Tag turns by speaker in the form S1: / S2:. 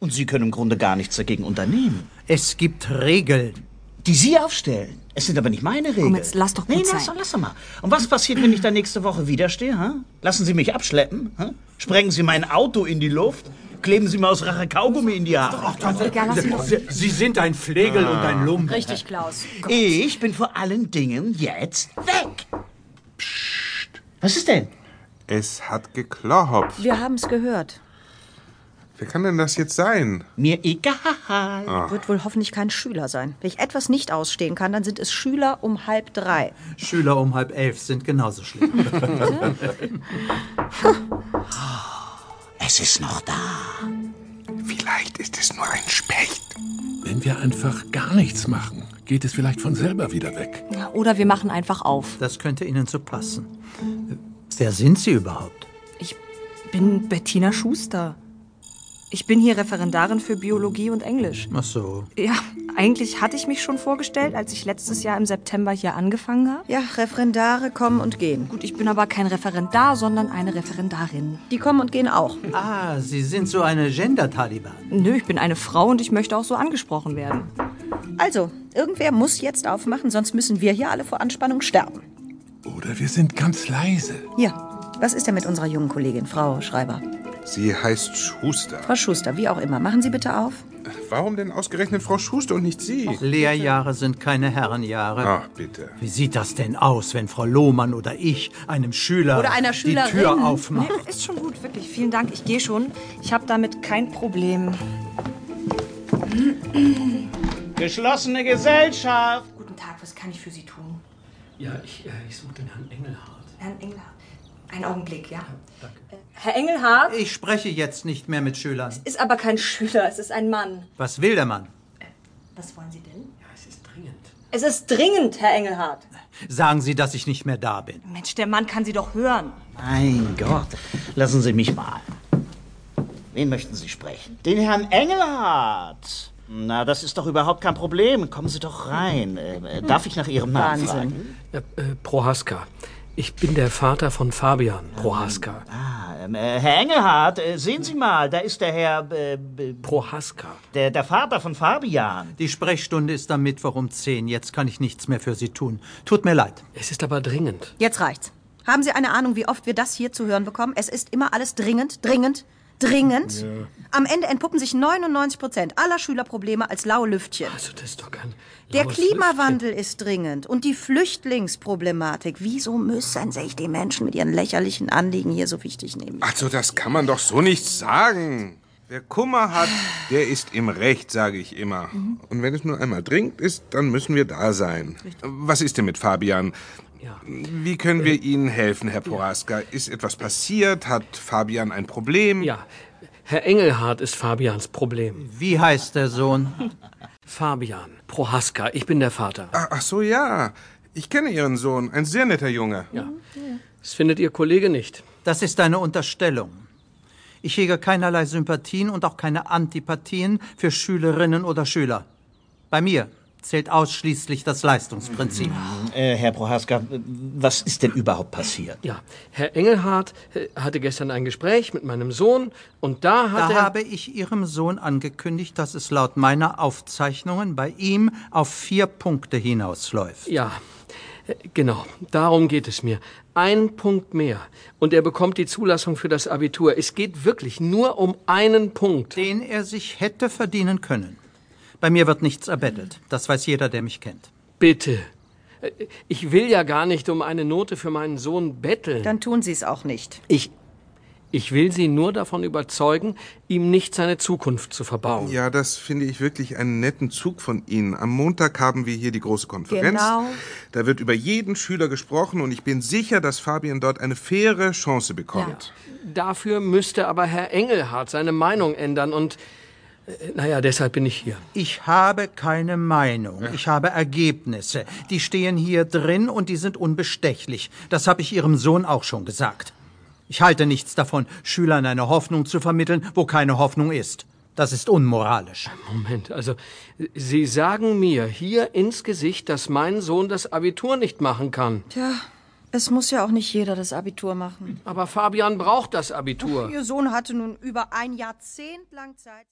S1: Und Sie können im Grunde gar nichts dagegen unternehmen.
S2: Es gibt Regeln.
S1: Die Sie aufstellen. Es sind aber nicht meine Regeln.
S3: jetzt lass doch gut
S1: nee,
S3: sein.
S1: lass, doch, lass doch mal. Und was passiert, wenn ich da nächste Woche wieder stehe? Hä? Lassen Sie mich abschleppen? Hä? Sprengen Sie mein Auto in die Luft? Kleben Sie mir aus Rache Kaugummi in die Haare?
S3: Egal, lass ihn doch.
S4: Sie, Sie sind ein Flegel und ein Lump.
S3: Richtig, Klaus.
S1: Ich bin vor allen Dingen jetzt weg. Psst. Was ist denn?
S5: Es hat geklopft.
S3: Wir haben es gehört.
S5: Wer kann denn das jetzt sein?
S1: Mir egal.
S4: Ah.
S3: Wird wohl hoffentlich kein Schüler sein. Wenn ich etwas nicht ausstehen kann, dann sind es Schüler um halb drei.
S2: Schüler um halb elf sind genauso schlimm.
S1: Es ist noch da.
S5: Vielleicht ist es nur ein Specht.
S6: Wenn wir einfach gar nichts machen, geht es vielleicht von selber wieder weg.
S7: Oder wir machen einfach auf.
S2: Das könnte Ihnen so passen. Wer sind Sie überhaupt?
S7: Ich bin Bettina Schuster. Ich bin hier Referendarin für Biologie und Englisch.
S2: Ach so.
S7: Ja, eigentlich hatte ich mich schon vorgestellt, als ich letztes Jahr im September hier angefangen habe.
S3: Ja, Referendare kommen und gehen.
S7: Gut, ich bin aber kein Referendar, sondern eine Referendarin.
S3: Die kommen und gehen auch.
S2: Ah, Sie sind so eine Gender-Taliban.
S7: Nö, ich bin eine Frau und ich möchte auch so angesprochen werden.
S3: Also, irgendwer muss jetzt aufmachen, sonst müssen wir hier alle vor Anspannung sterben.
S6: Oder wir sind ganz leise.
S3: Ja, was ist denn mit unserer jungen Kollegin, Frau Schreiber?
S5: Sie heißt Schuster.
S3: Frau Schuster, wie auch immer, machen Sie bitte auf.
S5: Warum denn ausgerechnet Frau Schuster und nicht Sie?
S2: Lehrjahre sind keine Herrenjahre.
S5: Ach, bitte.
S2: Wie sieht das denn aus, wenn Frau Lohmann oder ich einem Schüler
S3: Oder einer
S2: die
S3: Schülerin.
S2: Tür aufmacht?
S7: Nee, ist schon gut, wirklich. Vielen Dank, ich gehe schon. Ich habe damit kein Problem.
S1: Geschlossene Gesellschaft.
S7: Guten Tag, was kann ich für Sie tun?
S8: Ja, ich, äh, ich suche den Herrn Engelhardt.
S7: Herrn Engelhardt. Einen Augenblick, ja. Äh, Herr Engelhardt
S2: Ich spreche jetzt nicht mehr mit Schülern.
S7: ist aber kein Schüler, es ist ein Mann.
S2: Was will der Mann?
S7: Was wollen Sie denn?
S8: Ja, es ist dringend.
S7: Es ist dringend, Herr Engelhardt.
S2: Sagen Sie, dass ich nicht mehr da bin.
S7: Mensch, der Mann kann Sie doch hören.
S1: Mein Gott. Lassen Sie mich mal. Wen möchten Sie sprechen? Den Herrn Engelhardt. Na, das ist doch überhaupt kein Problem. Kommen Sie doch rein. Ähm, äh, darf ich nach Ihrem Namen
S3: Wahnsinn.
S1: fragen?
S8: Ja, äh, Prohaska. Ich bin der Vater von Fabian Prohaska.
S1: Ah, ähm, äh, Herr Engelhardt, äh, sehen Sie mal, da ist der Herr, äh, b-
S8: Prohaska.
S1: der, der Vater von Fabian.
S2: Die Sprechstunde ist am Mittwoch um 10. Jetzt kann ich nichts mehr für Sie tun. Tut mir leid.
S8: Es ist aber dringend.
S3: Jetzt reicht's. Haben Sie eine Ahnung, wie oft wir das hier zu hören bekommen? Es ist immer alles dringend, dringend, dringend. Am Ende entpuppen sich 99 Prozent aller Schülerprobleme als laue Lüftchen.
S8: Also, das ist doch kein.
S3: Der
S8: laues
S3: Klimawandel ist dringend und die Flüchtlingsproblematik. Wieso müssen sich die Menschen mit ihren lächerlichen Anliegen hier so wichtig nehmen?
S5: Also, das kann man doch so nicht sagen. Wer Kummer hat, der ist im Recht, sage ich immer. Und wenn es nur einmal dringend ist, dann müssen wir da sein. Was ist denn mit Fabian? Wie können wir Ihnen helfen, Herr Poraska? Ist etwas passiert? Hat Fabian ein Problem?
S8: Licht- Ja, Herr Engelhardt ist Fabians Problem.
S2: Wie heißt der Sohn?
S8: Fabian Prohaska, ich bin der Vater.
S5: Ah, Ach so, ja. Ich kenne Ihren Sohn. Ein sehr netter Junge.
S8: Das findet Ihr Kollege nicht.
S2: Das ist eine Unterstellung. Ich hege keinerlei Sympathien und auch keine Antipathien für Schülerinnen oder Schüler. Bei mir zählt ausschließlich das Leistungsprinzip.
S1: Äh, Herr Prohaska, äh, was ist denn überhaupt passiert?
S8: Ja, Herr Engelhardt äh, hatte gestern ein Gespräch mit meinem Sohn und da hat
S2: Da
S8: er.
S2: habe ich Ihrem Sohn angekündigt, dass es laut meiner Aufzeichnungen bei ihm auf vier Punkte hinausläuft.
S8: Ja, äh, genau. Darum geht es mir. Ein Punkt mehr. Und er bekommt die Zulassung für das Abitur. Es geht wirklich nur um einen Punkt.
S2: Den er sich hätte verdienen können. Bei mir wird nichts erbettelt. Das weiß jeder, der mich kennt.
S8: Bitte. Äh, Ich will ja gar nicht um eine Note für meinen Sohn betteln.
S3: Dann tun Sie es auch nicht.
S8: Ich, ich will Sie nur davon überzeugen, ihm nicht seine Zukunft zu verbauen.
S5: Ja, das finde ich wirklich einen netten Zug von Ihnen. Am Montag haben wir hier die große Konferenz.
S3: Genau.
S5: Da wird über jeden Schüler gesprochen und ich bin sicher, dass Fabian dort eine faire Chance bekommt.
S8: Dafür müsste aber Herr Engelhardt seine Meinung ändern und äh, naja, deshalb bin ich hier.
S2: Ich habe keine Meinung. Ich habe Ergebnisse. Die stehen hier drin und die sind unbestechlich. Das habe ich Ihrem Sohn auch schon gesagt. Ich halte nichts davon, Schülern eine Hoffnung zu vermitteln, wo keine Hoffnung ist. Das ist unmoralisch.
S8: Moment, also Sie sagen mir hier ins Gesicht, dass mein Sohn das Abitur nicht machen kann.
S3: Tja, es muss ja auch nicht jeder das Abitur machen.
S8: Aber Fabian braucht das Abitur.
S3: Ihr Sohn hatte nun über ein Jahrzehnt lang Zeit.